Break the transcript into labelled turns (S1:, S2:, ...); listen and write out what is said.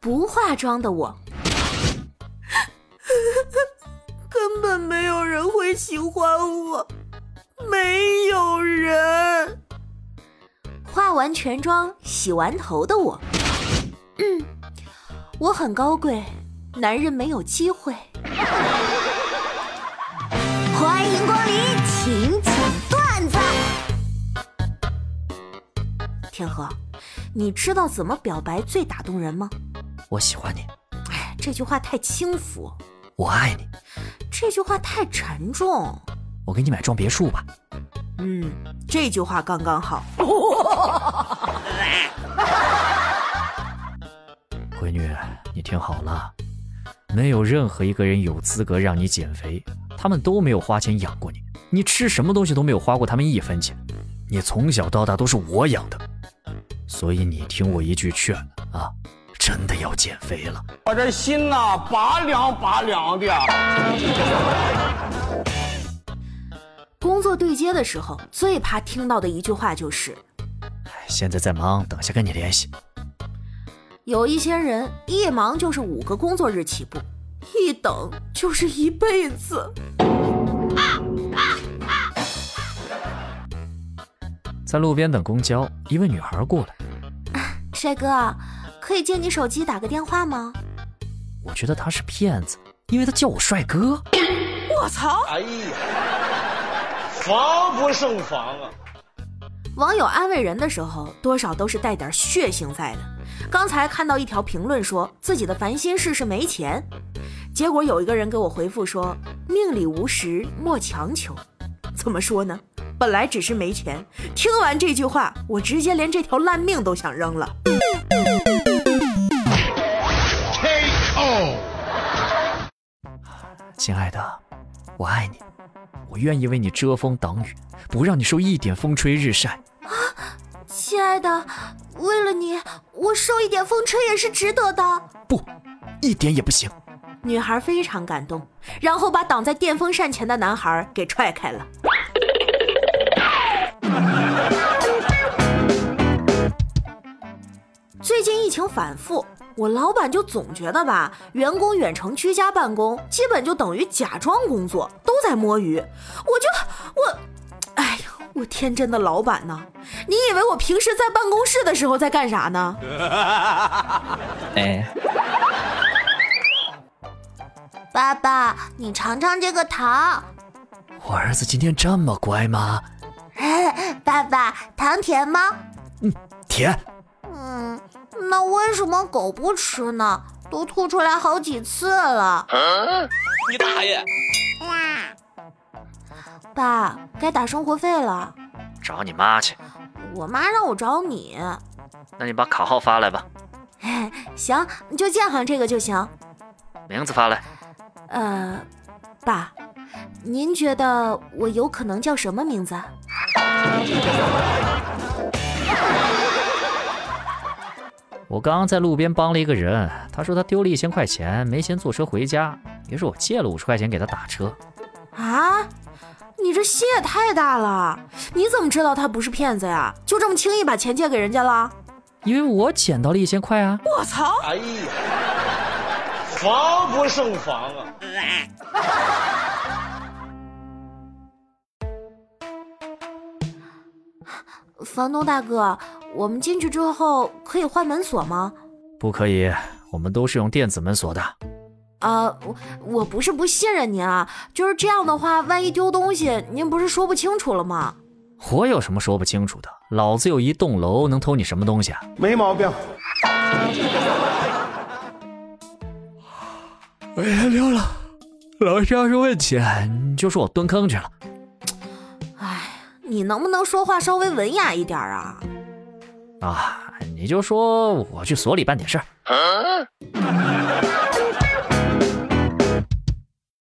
S1: 不化妆的我，
S2: 根本没有人会喜欢我，没有人。
S1: 化完全妆、洗完头的我，嗯，我很高贵，男人没有机会。
S3: 欢迎光临，请讲段子。
S1: 天河，你知道怎么表白最打动人吗？
S4: 我喜欢你，
S1: 哎，这句话太轻浮，
S4: 我爱你。
S1: 这句话太沉重。
S4: 我给你买幢别墅吧。
S2: 嗯，这句话刚刚好。
S4: 闺女，你听好了，没有任何一个人有资格让你减肥，他们都没有花钱养过你，你吃什么东西都没有花过他们一分钱，你从小到大都是我养的，所以你听我一句劝啊，真的要减肥了。
S5: 我这心呐、拔凉拔凉的。啊
S1: 工作对接的时候，最怕听到的一句话就是：“
S4: 现在在忙，等下跟你联系。
S1: 有一些人一忙就是五个工作日起步，一等就是一辈子。
S4: 在路边等公交，一位女孩过来，
S1: 帅哥，可以借你手机打个电话吗？
S4: 我觉得她是骗子，因为她叫我帅哥。
S2: 我操！
S5: 哎呀，防不胜防啊！
S1: 网友安慰人的时候，多少都是带点血性在的。刚才看到一条评论说自己的烦心事是没钱，结果有一个人给我回复说：“命里无时莫强求。”怎么说呢？本来只是没钱，听完这句话，我直接连这条烂命都想扔了。
S4: 亲爱的，我爱你，我愿意为你遮风挡雨，不让你受一点风吹日晒。
S1: 亲爱的，为了你，我受一点风吹也是值得的。
S4: 不，一点也不行。
S1: 女孩非常感动，然后把挡在电风扇前的男孩给踹开了。最近疫情反复，我老板就总觉得吧，员工远程居家办公，基本就等于假装工作，都在摸鱼。我就我，哎呀，我天真的老板呐！你以为我平时在办公室的时候在干啥呢？
S4: 哎，
S3: 爸爸，你尝尝这个糖。
S4: 我儿子今天这么乖吗？
S3: 爸爸，糖甜吗？
S4: 甜，
S3: 嗯，那为什么狗不吃呢？都吐出来好几次了。
S5: 啊你大爷！
S1: 爸，该打生活费了。
S4: 找你妈去。
S1: 我妈让我找你，
S4: 那你把卡号发来吧，
S1: 行，你就建行这个就行。
S4: 名字发来。
S1: 呃，爸，您觉得我有可能叫什么名字啊？
S4: 我刚刚在路边帮了一个人，他说他丢了一千块钱，没钱坐车回家，于是我借了五十块钱给他打车。
S1: 啊，你这心也太大了！你怎么知道他不是骗子呀？就这么轻易把钱借给人家了？
S4: 因为我捡到了一千块啊！
S2: 我操！
S5: 哎呀，防不胜防啊！
S1: 房东大哥，我们进去之后可以换门锁吗？
S4: 不可以，我们都是用电子门锁的。
S1: 呃，我我不是不信任您啊，就是这样的话，万一丢东西，您不是说不清楚了吗？
S4: 我有什么说不清楚的？老子有一栋楼，能偷你什么东西啊？
S5: 没毛病。
S4: 我先溜了。老师要是问起，你就说我蹲坑去了。
S1: 你能不能说话稍微文雅一点啊？
S4: 啊，你就说我去所里办点事儿。